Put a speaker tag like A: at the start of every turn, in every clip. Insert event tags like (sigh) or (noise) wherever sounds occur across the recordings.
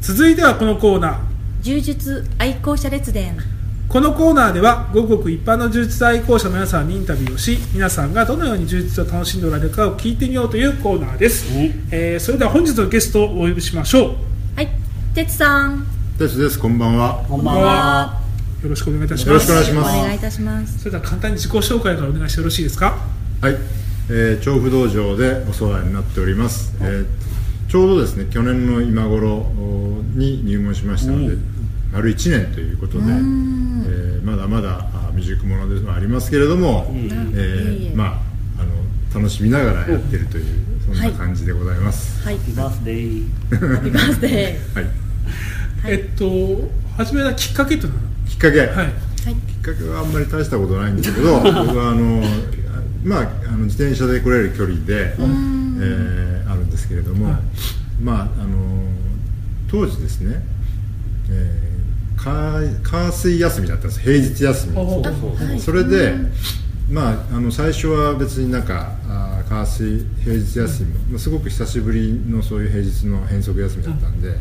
A: 続いてはこのコーナー
B: 柔術愛好者列伝
A: このコーナーではごくごく一般の柔術愛好者の皆さんにインタビューをし皆さんがどのように柔術を楽しんでおられるかを聞いてみようというコーナーです、えーそれでは本日のゲストをお呼びしましょう
B: はい哲さん
C: ですですこんばんは
D: こん
A: ば
D: ば
A: ん
D: ん
A: は
D: は。
A: よろしくお願いいたし
C: よ
A: ま
C: ろ
A: す
C: しくお願いします
B: お願いいたします
A: それでは簡単に自己紹介からお願いしてよろしいですか
C: はい、えー調布道場でお世話になっております、えーちょうどですね去年の今頃おに入門しましたので丸1年ということで、えーまだまだあ未熟者ではありますけれども、えー
B: いえいえ
C: まああの楽しみながらやってるという、そんな感じでございます、
B: はいハ
D: バースデー。
B: ッピーバースデ
C: はい
A: えっと始めたきっかけというの
C: きっかけ、
A: ははい
B: ーはい
C: きっかけはあんまり大したことないんですけ
A: (laughs)
C: ど僕はあの、まあ、あの自転車で来れる距離で、えーあるんですけれども、
A: はい
C: まあ、あの当時ですね、えー、火火水休みだったんです平日休み
A: おう
B: はい
C: それで、まあ、あの最初は別になんかあー火水平日休み、まあすごく久しぶりのそういう平日の変則休みだったんで、
B: はい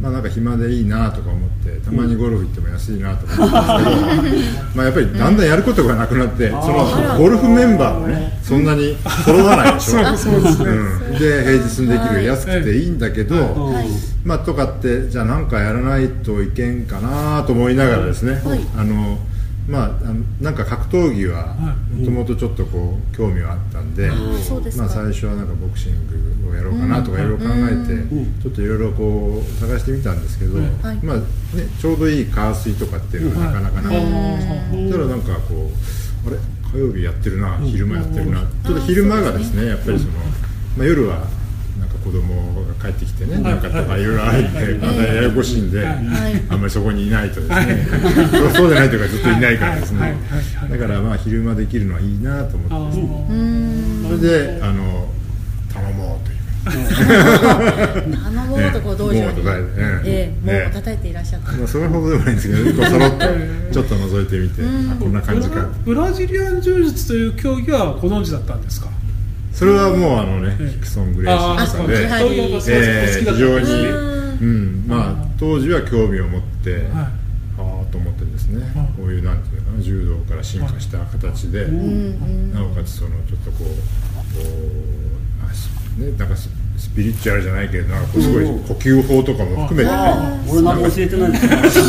C: まあなんか暇でいいなとか思ってたまにゴルフ行っても安いなとか思ったんですけど、 (laughs) まあやっぱりだんだんやることがなくなって、そのゴルフメンバーもねそんなに揃わないでしょ
A: そうそうですね
C: うんで平日にできる安くていいんだけど、
D: はい
C: まあとかってじゃあなんかやらないといけんかなと思いながらですね、
B: はい
C: あのまああのなんか格闘技はもともとちょっとこう興味はあったんで、
B: あそうですか
C: まあ、最初はなんかボクシングをやろうかなとかいろいろ考えて、ちょっといろいろこう探してみたんですけど、
B: はい
C: まあね、ちょうどいい加水とかっていうのがなかなかなくて、そしたらなんかこうあれ火曜日やってるな昼間やってるな、ちょっと昼間がですねやっぱりその、まあ、夜はなんか子供が帰ってきてね、なんかとかいろいろあるんで、まだややこしいんで、あんまりそこにいないとですね、そうそうじゃないというかずっといないからですね、
A: はいはいはいはい
C: だからまあ昼間できるのはいいなと思ってですねそれであの頼もうという
B: あの桃とこう道場に
C: 桃とかね
B: ええ
C: ね
B: 桃を叩いていらっしゃった
C: まあそれほどでもないんですけどねこうそろっとちょっと覗いてみてあこんな感じか
A: ブラジリアン柔術という競技はご存知だったんですか
C: それはもうあのね
A: うん
C: ヒクソン・グレイシーさん
A: そう
C: で
A: かそういうのがすご
C: え
A: く好き
C: ー
A: だった
C: 非
A: ん
C: 常
A: です
C: に
A: ね
C: うんまあ当時は興味を持って
A: は
C: ああと思ってですねこういうなんていうのかな柔道から進化した形でなおかつそのちょっとこうこうあしねなんかススピリチュアルじゃないけれどなんかこうすごい呼吸法とかも含めてね
D: 俺何も教えてないんですよ。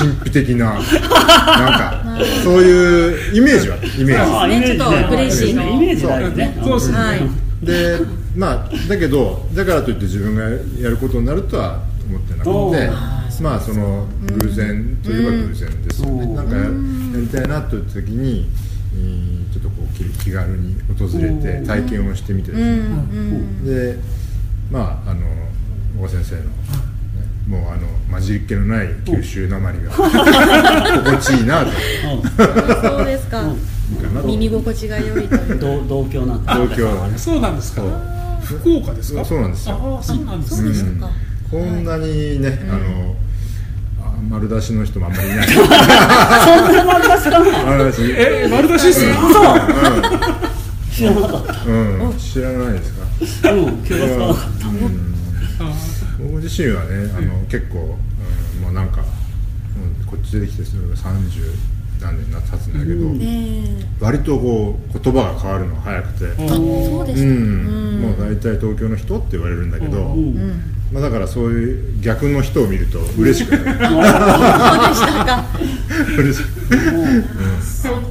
C: 神秘的ななんかそういうイメージはイメー
D: あイメージ
B: ちょっとグレイシーの
D: イメージないね。
A: そうですね
B: はい
C: ジでまあだけどだからといって自分がやることになるとは思ってな
D: お
C: くてまあその偶然といえば偶然ですよ
D: う
C: ね
D: ん
C: なんかややりたいなという時にうんちょっとこう気気軽に訪れ
D: う
C: て
D: ん
C: 体験をしてみてです
B: う
C: ね
B: ん
C: でまああの小川先生の、ね、もうあの混じりっ気のない九州なまりが心地いいなと
B: うんそうですか
C: いいかな
B: (laughs)
C: と
B: 耳心地が良いという
D: 同同居なんだ。
C: 東京はね
A: そうなんですか
C: そう
A: 福岡ですか
C: そうなんですよ
A: ああそうなんで
B: そ
A: す
B: う
A: ね
B: でしたか
C: こんなにね、あのあ丸出しの人もあんまりい
D: (laughs)
C: ない
D: そんな丸出しだな。
C: 丸出し
A: え丸出しですか
D: 知らなかっ
C: うん、うん、知らないですか
D: た。うん、気がつかなかっ
C: 僕自身はねあの、結構、うん、もうなんか、うん、こっち出てきてそれが30何年経つんだけど、
B: ええ
C: 割とこう言葉が変わるのが早くて、
B: あそうで
C: う
B: し
C: んもう大体東京の人って言われるんだけど、まあ、だからそういう逆の人を見ると嬉しくな
D: (laughs)
C: る (laughs) 嬉しく
A: でも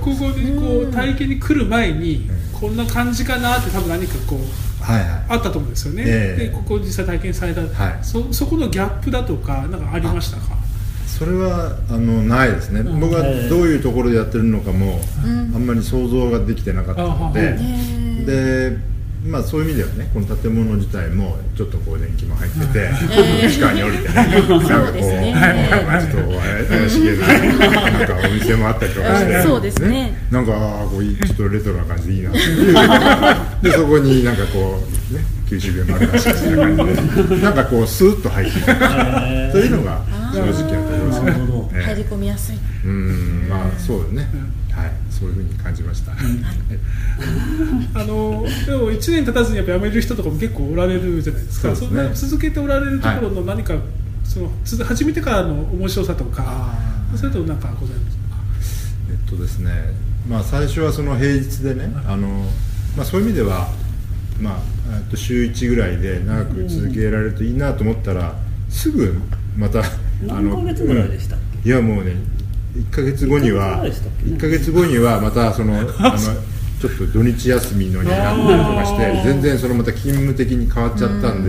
A: ここにこう体験に来る前にこんな感じかなって多分何かこう
C: はいはい
A: あったと思うんですよね、
C: ええ
A: でここ実際体験された、
C: はい
A: そそこのギャップだとかなんかありましたか
C: それはあのないですね、僕はどういうところでやってるのかも、あんまり想像ができてなかったので、
A: あ
C: で、まあ、そういう意味ではねこの建物自体もちょっとこう電気も入ってて、地下に降りてね、なんかこう、
B: ですね
C: まあちょっと怪しげななんかお店もあったりとかして、
B: うんそうですね (laughs)
C: なんかあーこういいちょっとレトロな感じでいいなっていうでそこになんかこうですね90秒丸出しみたいな感じでなんかこうスーッと入ってくる
D: へー
C: というのが正直なところですね
D: なるほど
C: ええ
B: 入り込みやすい。
C: うんまあそうだね、はいそういうふうに感じました、
A: あのでも1年経たずにやっぱ辞める人とかも結構おられるじゃないですか
C: そ
A: そう
C: ですね
A: んな続けておられるところの何か、そのつ始めてからの面白さとか
C: あ
A: そういうのなんかございますか
C: えっとですねまあ最初はその平日でねあの、まあ、そういう意味では、まあ、えっと週1ぐらいで長く続けられるといいなと思ったらすぐまたあ
D: 何ヶ月ぐらいでしたっけ
C: いやもうね1か月後には1
D: 1
C: か月後にはまたそのあのちょっと土日休みのになったりとかして全然そのまた勤務的に変わっちゃったん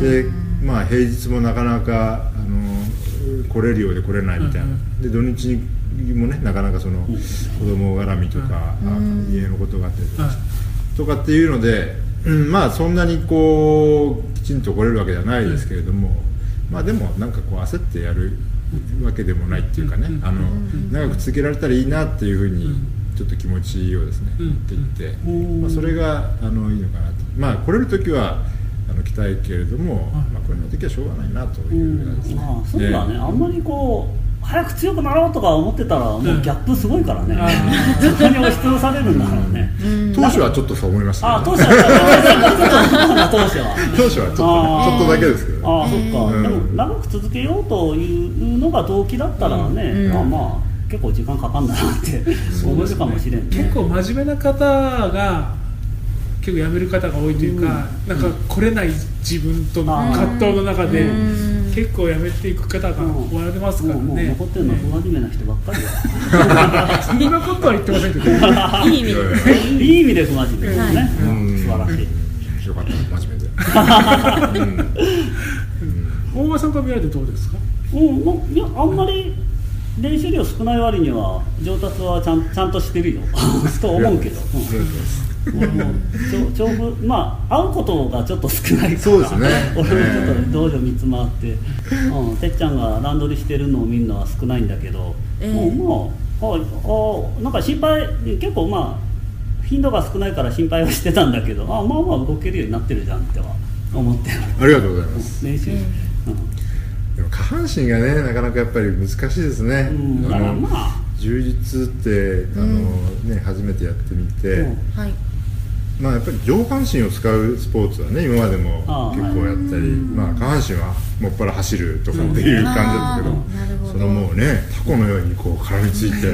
C: ででまあ平日もなかなかあの来れるようで来れないみたいなで土日にもねなかなかその子供絡みとかあ家のことがあったりとかしてとかっていうので、うん、まあそんなにこうきちんと来れるわけじゃないですけれども、まあでもなんかこう焦ってやるわけでもないっていうかね、あの長く続けられたらいいなっていうふうにちょっと気持ちをですね、
A: うん
C: 持っていって、
D: うん
C: まあ、それがあのいいのかなとまあ来れる時はあの来たいけれども、まあ、来れない時はしょうがないなと
D: う
C: いうぐらいです
D: ん
C: ね。
D: まあそうだね、
C: ええ
D: あんまりこう早く強くなろうとか思ってたらもうギャップすごいからね、
A: あ
D: (laughs) そこに押しつぶされるんだからね、
C: 当初はちょっとそう思いました
D: あ
C: ね
D: 当初は当初は
C: 当初はちょっ
D: あー
C: とねちょっとだけですけどね
D: ああそっか、
C: うん
D: でも長く続けようというのが動機だったらね、まあまあ結構時間かかんだなって思うかもしれんね
A: 結構真面目な方が結構辞める方が多いというか、なんか来れない自分との
D: あー
A: 葛藤の中で
B: うん
A: 結構辞めていく方がおられますからね、
D: もうもう残ってるのは不真面目な人ばっかりだ
A: (laughs) そんなことは言ってませんけど
B: (laughs) いい意味
C: い
B: で。
C: やいや
D: いい意味で不真面目ですね、
C: うん
D: 素晴らしい、
C: よかった真面目で、うん
A: 大場さんから見られてどうですか
D: うんもういやあんまり練習量少ない割には上達はちゃんちゃんとしてるよ (laughs) と思うけど、
C: ありがとうございます
D: うん俺もちょ調布まあ会うことがちょっと少ないから
C: そうですね
D: (laughs) 俺もちょっと道場見つまって、うん、てっちゃんがランドリーしてるのを見るのは少ないんだけど、
B: ええ
D: もうもうああなんか心配結構まあ頻度が少ないから心配はしてたんだけどあまあまあ動けるようになってるじゃんっては思ってる
C: ありがとうございます
D: 練習、うん
C: でも下半身がねなかなかやっぱり難しいですね、
D: うん
C: あ
D: まあ
C: の
D: まあ
C: 充実ってあの、ね、初めてやってみて、
D: うん
B: はい。
C: まあ、やっぱり上半身を使うスポーツはね今までも
D: ああ
C: 結構やったりまあ、下半身はもっぱら走るとかっていう感じだったけど,、
B: ああなるほど
C: そのもうねタコのようにこう絡みついて。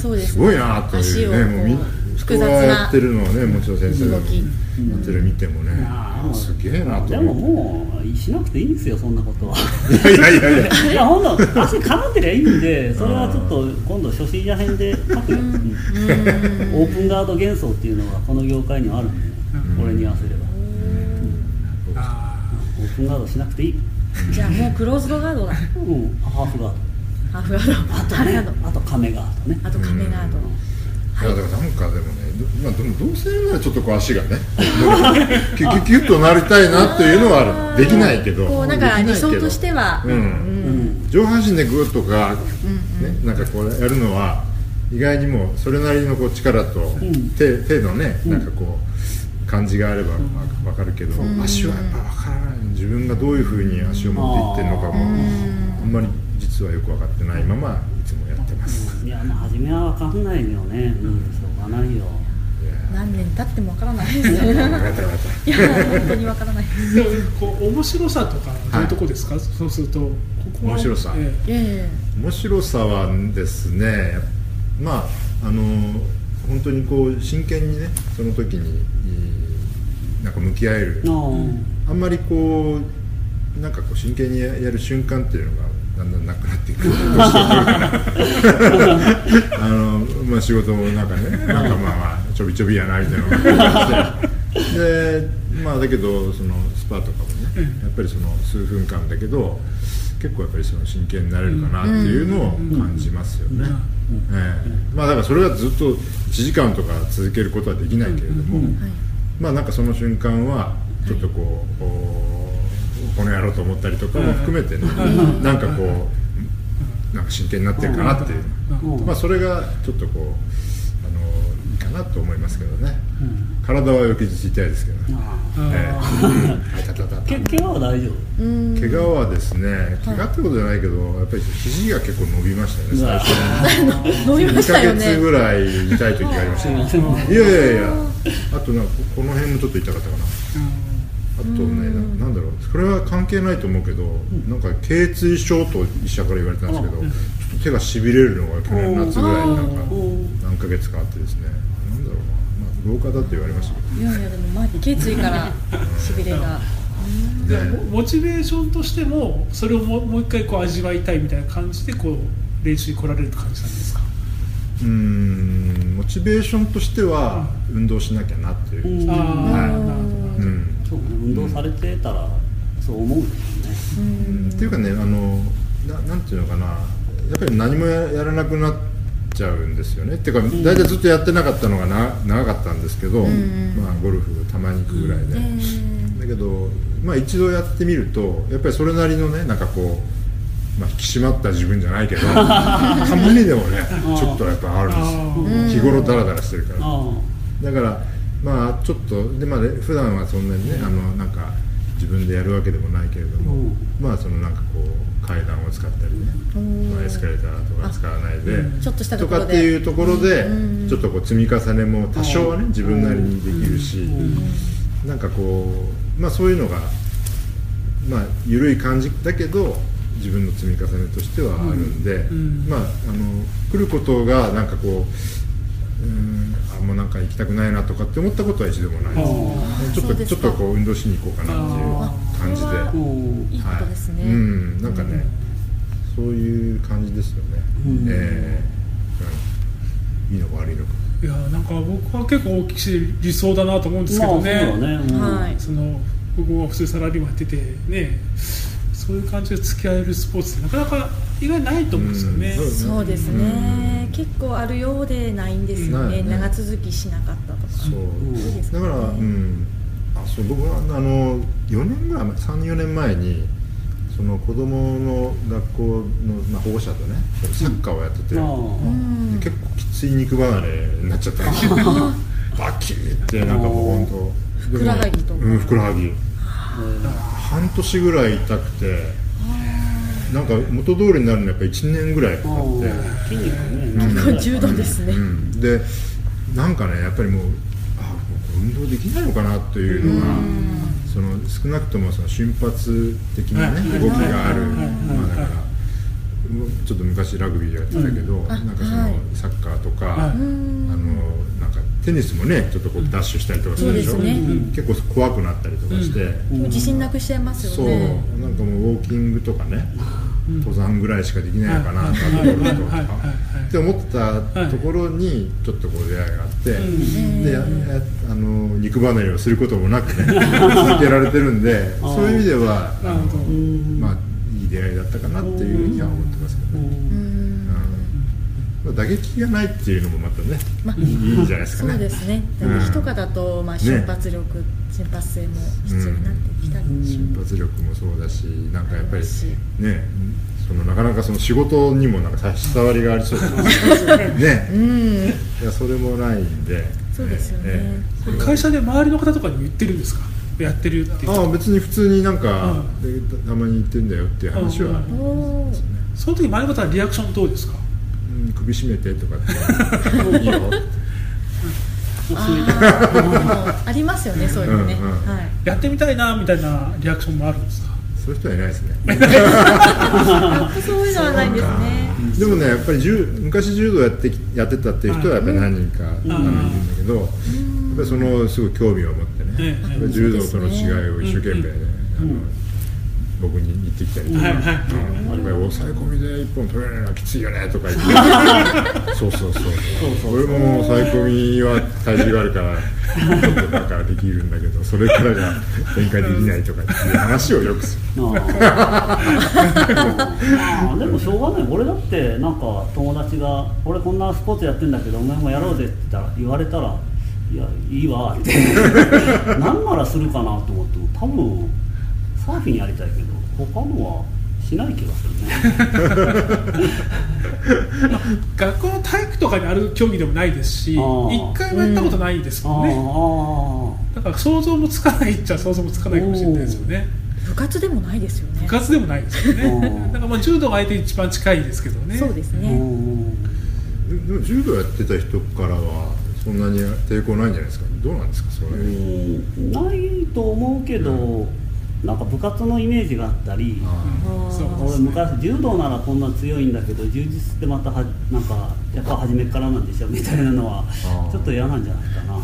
B: そうですす、
C: ごいなとい
B: 足を
C: う
B: こ
C: ね
B: う
C: もうみ
B: 複
C: 人
B: 雑
C: が
B: な
C: やってるのをねもちろん先生がや
B: 動き
C: ってる見てもね
D: あ
C: あ
D: あ
C: すげえなと
D: でも
C: 思う
D: もうしなくていいんですよそんなことは
C: (laughs) いやいやいやいや
D: (laughs) いやほんと足絡んでりゃいいんでそれはちょっと今度初心者編で書くよ、うんオープンガード幻想っていうのがこの業界にはあるんで、これに合わせれば
A: あ
D: オープンガードしなくていい、
B: じゃあもうクローズドガードだ。
D: うん、ハーフガー
B: ハーフガード、
D: ド
B: ハーフガード、
D: あとあとカメガードね
B: あとカメガード。
C: いやでもなんかでもね、どまあ、でもどうせやるならちょっとこう足がねキュキュキュッとなりたいなっていうのはあるできないけど
B: こうなんか理想とし
C: は、
B: ては、
C: うん
D: うん
C: 上半身でグッとか、ね、なんかこうやるのは意外にもそれなりのこう力と、
D: ん
C: 手手のねなんかこう感じがあればまあわかるけど、足はやっぱ分からない自分がどういうふうに足を持っていってるのかもあんまり実はよく分かってないままいつもやってます。
D: いやまあ初めは分かんないよね、うん、しょうがないよ
C: いや
B: 何年経ってもわからないですよ。い
C: ーガタガタ
B: や本当にわからない。
A: ーで (laughs) こう面白さとかどういうとこですか、そうするとここは
C: 面白さ
A: え
B: いやいやいや
C: 面白さはですねまああの本当にこう真剣にねその時にえーなんか向き合える
D: ああ
C: あんまりこうなんかこう真剣にやる瞬間っていうのがだんだんなくなっていくどうしようかなあの、まあ、仕事もなんかねなんかまあまあちょびちょびやなみたいなのがでまあだけどそのスパとかもねやっぱりその数分間だけど結構やっぱりその真剣になれるかなっていうのを感じますよね、ええまあだからそれはずっと1時間とか続けることはできないけれども、
B: はい。
C: まあなんかその瞬間はちょっとこう、おーこの野郎と思ったりとかも含めてね、なんかこうなんか真剣になってるかなっていう、
D: うん
C: まあそれがちょっとこうあのいいかかなと思いますけどね
D: うん
C: 体は翌日痛いですけどね、
D: あ
A: あ
C: え
A: ー
C: え痛たたた
D: あけ怪我は大丈夫
B: うん
C: 怪我はですね怪我ってことじゃないけどやっぱり肘が結構伸びましたね最初
B: 飲みまし
C: 2
B: た
C: ヶ
B: よ
C: 月
B: ね
C: ぐらい痛い時がありまし
D: す
C: た
D: い
C: ね
D: ません
C: いやいやいやあとなんかこの辺もちょっと痛かったかなあとねななんだろうこれは関係ないと思うけど、なんか頚椎症と医者から言われたんですけど、ちょっと手がしびれるのが去年夏ぐらいになんか何ヶ月かあってですねなんだろうな、まあ、老化だって言われましたけど
B: いやいやでもまあ決意からしびれが
A: じゃあ
C: ね
A: モモチベーションとしてもそれをももう一回こう味わいたいみたいな感じでこう練習に来られるって感じなんですか
C: うーんモチベーションとしては運動しなきゃなっていう、
D: うん
A: ああ
C: はい
A: なるほどなる
C: うん
D: そうね運動されてたらそう思うんですよね
C: っていうかねあのななんていうのかなやっぱり何もややらなくなっちゃうんですよねっていうか大体ずっとやってなかったのがな長かったんですけど、
B: ん
C: まあ、ゴルフたまに行くぐらいで、だけど、まあ、一度やってみるとやっぱりそれなりのねなんかこう、まあ、引き締まった自分じゃない (laughs) けどたまにでもねちょっとやっぱあるんですよ日頃ダラダラしてるから。
D: あ
C: だからまあちょっとでまあね普段はそんなにねあのなんか自分でやるわけでもないけれども、
D: うん
C: まあそのなんかこう階段を使ったりね、まあエスカレーターとか使わないで、
B: ちょっとしたと
C: と
B: ころ
C: か
B: で
C: っていうところで、ちょっとこう積み重ねも多少はね、自分なりにできるし、なんかこうまあそういうのがまあ緩い感じだけど自分の積み重ねとしてはあるんで、
A: ん
C: まああの来ることがなんかこううんあもうなんか行きたくないなとかって思ったことは一度もないです、ね、ちょっ
B: そう
C: と
B: です
C: ちょ
B: か
C: っとこう運動しに行こうかなっていう感じで、
B: あ
D: あもう
B: いいことですね、
C: はい、うんなんかね、そういう感じですよね、
D: うん
C: ええうんいいのか悪いのか
A: ほどいやなんか僕は結構大きい理想だなと思うんですけ
D: まあ
A: ど
D: そうだねうん
B: はい
A: その僕も普通サラリーマンやっててねそういう感じで付き合えるスポーツってなかなか意外にないと思うんですよね、
C: うんそう
B: そうですね、結構あるようでないんですよね、
C: ないね
B: 長続きしなかったとか
C: そう、
D: ん
B: いいですか
C: だから、うん、あそう僕はあの4年ぐらい前34年前にその子供の学校の、まあ、保護者とねサッカーをやってて、
D: あ
B: うん
C: で結構きつい肉離れになっちゃったんですよバキッてなんかもう本当
B: ふくらはぎとか
C: うん、ふくらはぎ
D: あ
C: 半年ぐらい痛くてなんか元通りになるのやっぱ1年ぐらいかかって。
D: あ筋肉ね
B: 結構重度ですね、
C: うん、でなんかねやっぱりもうあ運動できないのかなというのがその少なくともその瞬発的な、ね
A: はい
C: 動きがある、
A: はい
C: まあ、だからもうちょっと昔ラグビーやってたけど、なんかそ
B: はい
C: のサッカーとか、
A: はい
C: あのなんかテニスもねちょっとこうダッシュしたりとかするでしょ
B: そうですね
C: 結構怖くなったりとかして。
B: もう自信なくしちゃいます
C: そ
B: よ
C: う
B: ね
C: なんかもうウォーキングとかね登山ぐらいしかできないのかな
A: はい
C: とか
A: はい
C: ゴルフとか
A: はいはい
C: って思ってたところにちょっとこう出会いがあって、でややあの肉離れをすることもなく
A: (laughs)
C: ね続けられてるんで
D: あー
C: そういう意味ではあ
A: なるほど
C: の、まあ、いい出会いだったかなっていうふうには思ってますけどね、うんまあ打撃がないっていうのもまたね、
B: まあ
C: いいんじゃないですか
B: そ
C: ね。
B: うですね打
C: うん
B: 撃とかだと、まあ、瞬発力、瞬発性も必要になってきたり、
C: 瞬発力もそうだしなんかやっぱり
B: そう
C: ねそのなかなかその仕事にもなんか差し障りがありそ
B: (laughs)
C: うだなね
B: うん
C: いやそれもないんで
B: そうですよね
C: ええ
A: これ会社で周りの方とかにも言ってるんですかやってるっていう
C: ああ別に普通になんか、
A: う
C: でたたまに言ってんだよっていう話は、
A: うん
B: おー
A: その時周りの方はリアクションどうですか
C: うん首絞めてとかって
A: (laughs)
C: いいよ
B: あーありますよねそういうのね、
C: うんうん
B: はい
A: やってみたいなみたいなリアクションもあるんですか
C: そういう人はいないですね
B: やっぱそういうのはないんですね
C: でもねやっぱり柔昔柔道やってきやってたっていう人はやっぱり何人か、あのいるんだけど、やっぱりそのすごい興味を持ってね、
A: ええ
C: やっぱり柔道との違いを一生懸命ね、あの僕に言ってきたりとか、
A: はいはい
C: うんやっぱり抑え込みで一本取れないのはきついよねとか言っ
A: (laughs)
C: てそうそうそうそう俺も抑え込みは体重があ
A: (laughs)
C: るからちょっとなんかできるんだけどそれからじゃ展開できないとかっていう話をよくする。
D: ああでもしょうがない俺だってなんか友達が「俺こんなスポーツやってんだけどお前もやろうぜ」って言ったら言われたら「いやいいわ」ってなんならするかなと思っても多分サーフィンやりたいけど他のはしない気がするね
A: 学校の体育とかにある競技でもないですし
D: あー
A: 一回もやったことないですもんね、だ
D: あ
A: から想像もつかないっちゃ想像もつかないかもしれないですよね
B: 部活でもないですよね
A: 部活でもないですよ
D: う
A: ね
D: ん
A: だからまあ柔道が相手一番近いですけどね
B: そうです
D: あああ
B: ね
C: ででも柔道やってた人からはそんなに抵抗ないんじゃないですかどうなんですかそれ、
D: うんないと思うけどなんか部活のイメージがあったり
C: あ
A: うんそう
B: あ
D: 俺昔柔道ならこんな強いんだけど柔術ってまたはなんかやっぱ初めからなんでしょみたいなのは
C: ー
D: ちょっと嫌なんじゃないかな
A: あ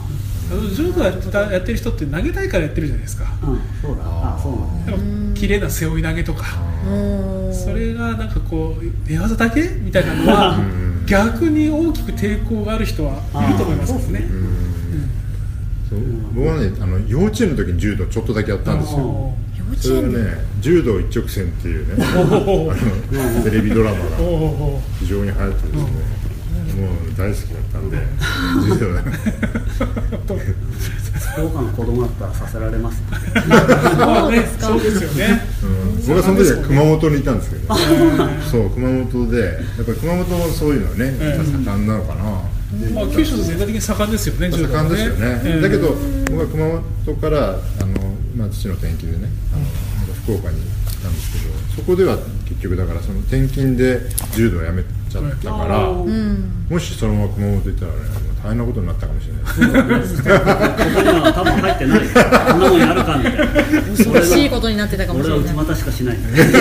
A: の柔道やってたやってる人って投げたいからやってるじゃないですか
D: うんそうだあ
C: あー
D: そうなんだ
A: でも綺麗な背負い投げとか
B: ーうーん
A: それがなんかこう寝技だけみたいなのは
C: うん
A: 逆に大きく抵抗がある人はいると思いますけどね
D: あーそうです
C: うんそう僕はねあの幼稚園の時に柔道ちょっとだけやったんです
D: あ
C: よ
B: 幼
C: そ
B: 稚
C: れが
B: 園で
C: ね柔道一直線っていうね
A: おお
C: あのテレビドラマが
A: おお
C: 非常に流行ってですね、もう大好きだったんで柔道ね
D: そうかの子供だったらさせられますよね
A: まあねそうですよね
C: うん僕はその時は熊本にいたんですけどそう熊本でやっぱり熊本もそういうのはね
A: ええ
C: 盛んなのかな、
A: まあ九州全体的に盛んですよね柔道
C: 盛
A: は
C: んですよね、
A: ええ
C: だけど僕は熊本からあの、まあ、父の転勤でねあのまた福岡に来たんですけどそこでは結局だからその転勤で柔道をやめちゃったから、
D: うん
B: うん
C: もしそのまま熊本行ったらねもう大変なことになったかもしれないです
D: ここには多分入ってないこんなもんやるかみたいな
B: 恐ろしいことになってたかもし
D: 俺は
B: れ
D: 内
B: ない
D: 股しかしない
C: いやいやいや
A: そ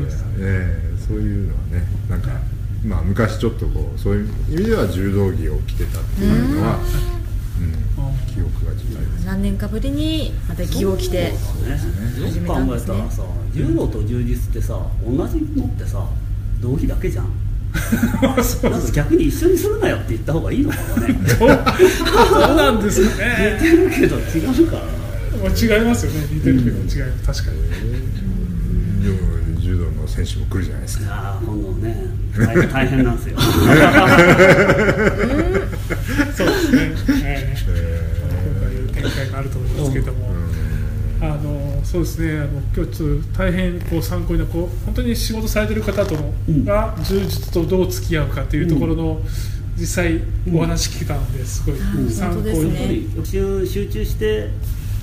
A: うです
C: ええそういうのはねなんか、まあ、昔ちょっとこうそういう意味では柔道着を着てたっていうのは、うん記憶が近いです
B: 何年かぶりにまた着を着て
D: そうだね
B: 始
D: よ
B: め
D: く考
B: たんで
D: え
B: す
D: た
B: ね
D: らさ柔道と柔術ってさ同じのってさ道着だけじゃんなんか逆に一緒にするなよって言った方がいいのかも
A: (laughs)
D: ね
A: そうなんですよ
D: 似て
A: ね
D: るけど違うからな
A: もう違いますよね似てるけど違います確かに
C: でも柔道の選手も来るじゃないですか
D: いやー今度ね大変大変なんですよ
A: そうですねええ
C: え
A: 今回いう展開があると思いますけども、
C: えうん
A: あのそうですねあの今日ちょっと大変こう参考になるこう本当に仕事されてる方とも
D: うん
A: が柔術とどう付き合うかというところの実際お話聞けたのですごい
B: ん
A: 参考
B: 本当
A: に
B: ですね
D: 集集中して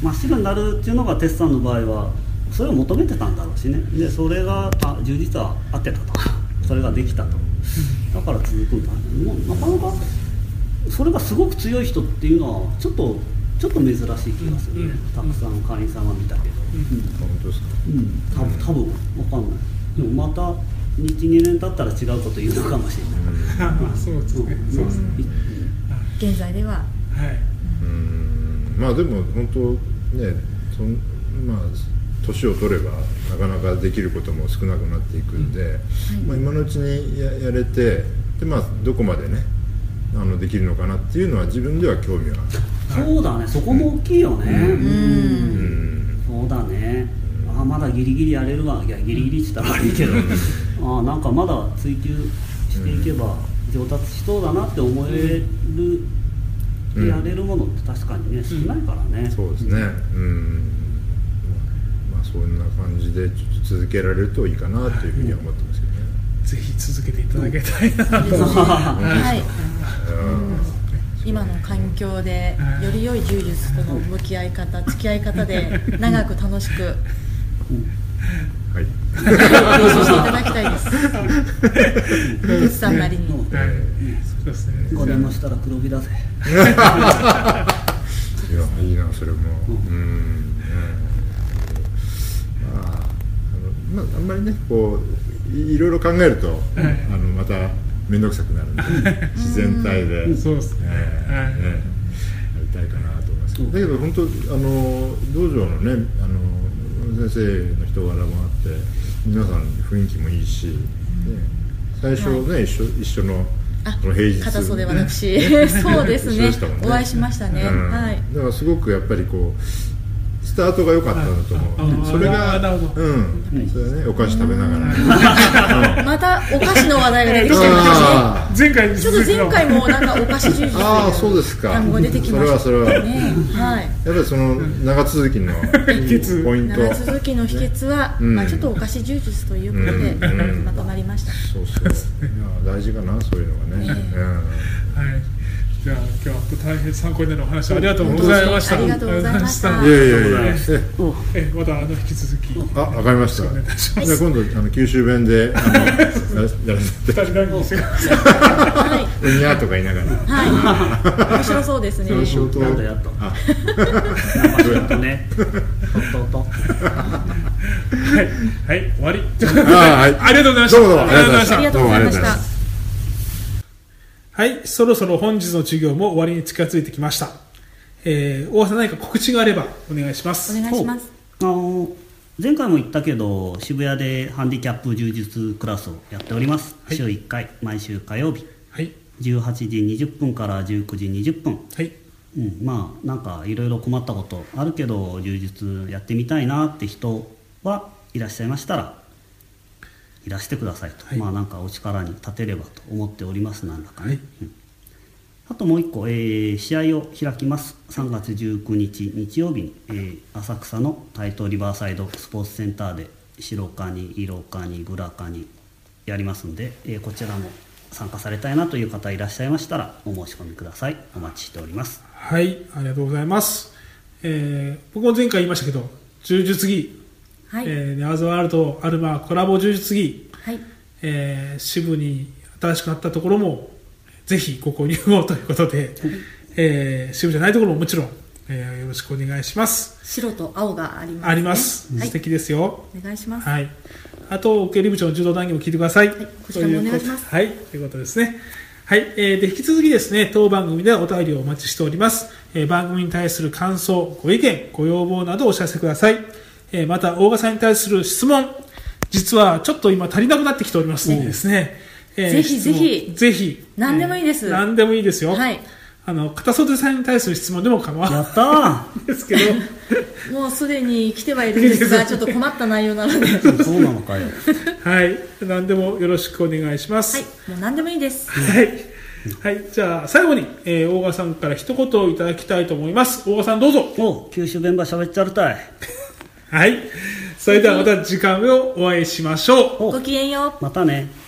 D: 真っ白になるっていうのがテスさんの場合はそれを求めてたんだろうしねでそれがあ充実は合ってたとそれができたとだから続くんだもうなかなかそれがすごく強い人っていうのはちょっとちょっと珍しい気がするね、
A: うん
D: たくさん会員さんは見たけど、
C: 本当ですか
D: うん、多分多分わかんないでもまた12年経ったら違うこと言うのかもしれない、
A: あ (laughs) そうですねそうですね
B: 現在では
A: はい
C: うんまあでも本当ねそんまあ年を取ればなかなかできることも少なくなっていくんで、まあ、今のうちにややれてで、まあ、どこまでねあのできるのかなっていうのは自分では興味は
D: そうだねそこも大きいよね
B: うん
C: うん
D: そうだねあまだギリギリやれるわいやギリギリって言ったら悪いけど (laughs) あなんかまだ追求していけば上達しそうだなって思える、
C: うん
D: やれるものって確かにね少ないからね、
C: そうですねうんまあそんな感じでちょっと続けられるといいかなというふうには思ってますけどね、
A: ぜひ続けていただきたいなと
D: そう
B: はい
C: うん
B: 今の環境で
A: うん
B: より良い柔術との向き合い方付き合い方で長く楽しく
C: はい
B: 練習していただきたいです哲さんなりに
A: はいそうですね
D: 5年もしたら黒火だぜ
C: いやいいなそれも
D: う
C: うんねまああのまああんまりねこういいろいろ考えると、あのまた面倒くさくなるんで
A: (laughs)
C: 自然体で、
A: そうですね
C: ね
A: はい
C: ねやりたいかなと思いますけどだけど本当あの道場のねあの先生の人柄もあって皆さん雰囲気もいいし、ね、最初ね、一緒一緒の
B: あ
C: その平日
B: 片袖
C: ね
B: 私そうです
C: 一緒
B: ね
C: したもん
B: お会いしましたね
C: うん
B: はい
C: だからすごくやっぱりこうススタートが良かったんだと思
A: は
C: う
A: い
C: それが
A: あーなるほ
C: うんそれねお菓子食べながら
B: またお菓子の話題が出てきちゃいましたね
C: あ
A: 前回に
B: ちょっ
A: 続
B: と
A: いての
B: 前回もなんかお菓子充実みたいな
C: あーそうですか
B: 単語出てきました
C: それはそれは
B: ねはい
C: ーやっぱりその長続きの
A: 訣
C: ポイント
B: 長続きの秘訣は、
C: うん
B: まあ、ちょっとお菓子充実ということ
C: うん
B: で、
C: うん
B: まとまりました (laughs)
C: そうそういや大事かなそういうのがねうん
A: はいじゃあ今日は大変参考になるお話ありがとうございました
B: ありがとうございました
A: あ
C: い
A: りがとうござい
C: やいやいやえ
A: えまたあの引き続き
C: あわかりましたじゃあ今度あの九州弁であ (laughs) のやらせて
A: 二人談義してください
B: はい、
C: うにゃーとか言いながら
B: はい、面白そうですね
C: そうしようと
D: やっとやっと
C: あ
D: なんかちょっと
C: (laughs)
D: ねとっとっと
A: はいはい終わり
C: あーはい
A: ありがとうございました
C: どうもどうもありがとうございまし
B: あ
C: た
B: りがとうございました
A: はい、そろそろ本日の授業も終わりに近づいてきました。えー、大橋さん何か告知があればお願いします。
B: お願いします
D: あの前回も言ったけど渋谷でハンディキャップ柔術クラスをやっております、
A: はい
D: 週1回毎週火曜日
A: はい、
D: 18時20分から19時20分、
A: はい、
D: うん、まあなんかいろいろ困ったことあるけど柔術やってみたいなって人はいらっしゃいましたらいらしてくださいと、
A: はい
D: まあなんかお力に立てればと思っておりますなんだかね、
A: はい
D: うんあともう一個、えー試合を開きます3月19日日曜日に、えー浅草のタイトーリバーサイドスポーツセンターで白カニ色カニグラカニやりますんで、えーこちらも参加されたいなという方いらっしゃいましたらお申し込みくださいお待ちしております
A: はい、ありがとうございます。えー、僕も前回言いましたけど、柔術着、
B: はい、
A: えーネアズワールドアルマコラボ柔術着、
B: はい
A: えー、支部に新しくなったところも、ぜひご購入をということで、えー、支部じゃないところももちろん、えーよろしくお願いします。
B: 白と青があります、ね、
A: あります。
B: はい
A: 素、敵ですよ。
B: お願いします、
A: はい。あと、受け入り部長の柔道談義も聞いてください。
B: こちらもお願いしま
A: とう
B: す
A: ことはい。ということですね。はい。えーで、引き続きですね、当番組ではお便りをお待ちしております。えー番組に対する感想、ご意見、ご要望などをお知らせください。えーまた、大賀さんに対する質問、実はちょっと今足りなくなってきておりますのでですね、えー
B: ぜひぜひ
A: 質問ぜひ。
B: 何でもいいです
A: えー何でもいいですよ。
B: はい。
A: あの、片袖さんに対する質問でも構わ
D: や
A: ない
D: ったー
A: です
B: (laughs)
A: けど、
B: もうすでに来てはいるんですがちょっと困った内容なのでは
D: (laughs) そうなのかよ。
A: はい。何でもよろしくお願いします。
B: いもう何でもいいです
A: はい。はい、じゃあ最後に、えー、大賀さんから一言いただきたいと思います。大賀さんどうぞ。
D: おう九州弁ば喋っちゃるたい。
A: はい。それではまた時間をお会いしましょう。
D: お
B: ごきげんよう
D: またね。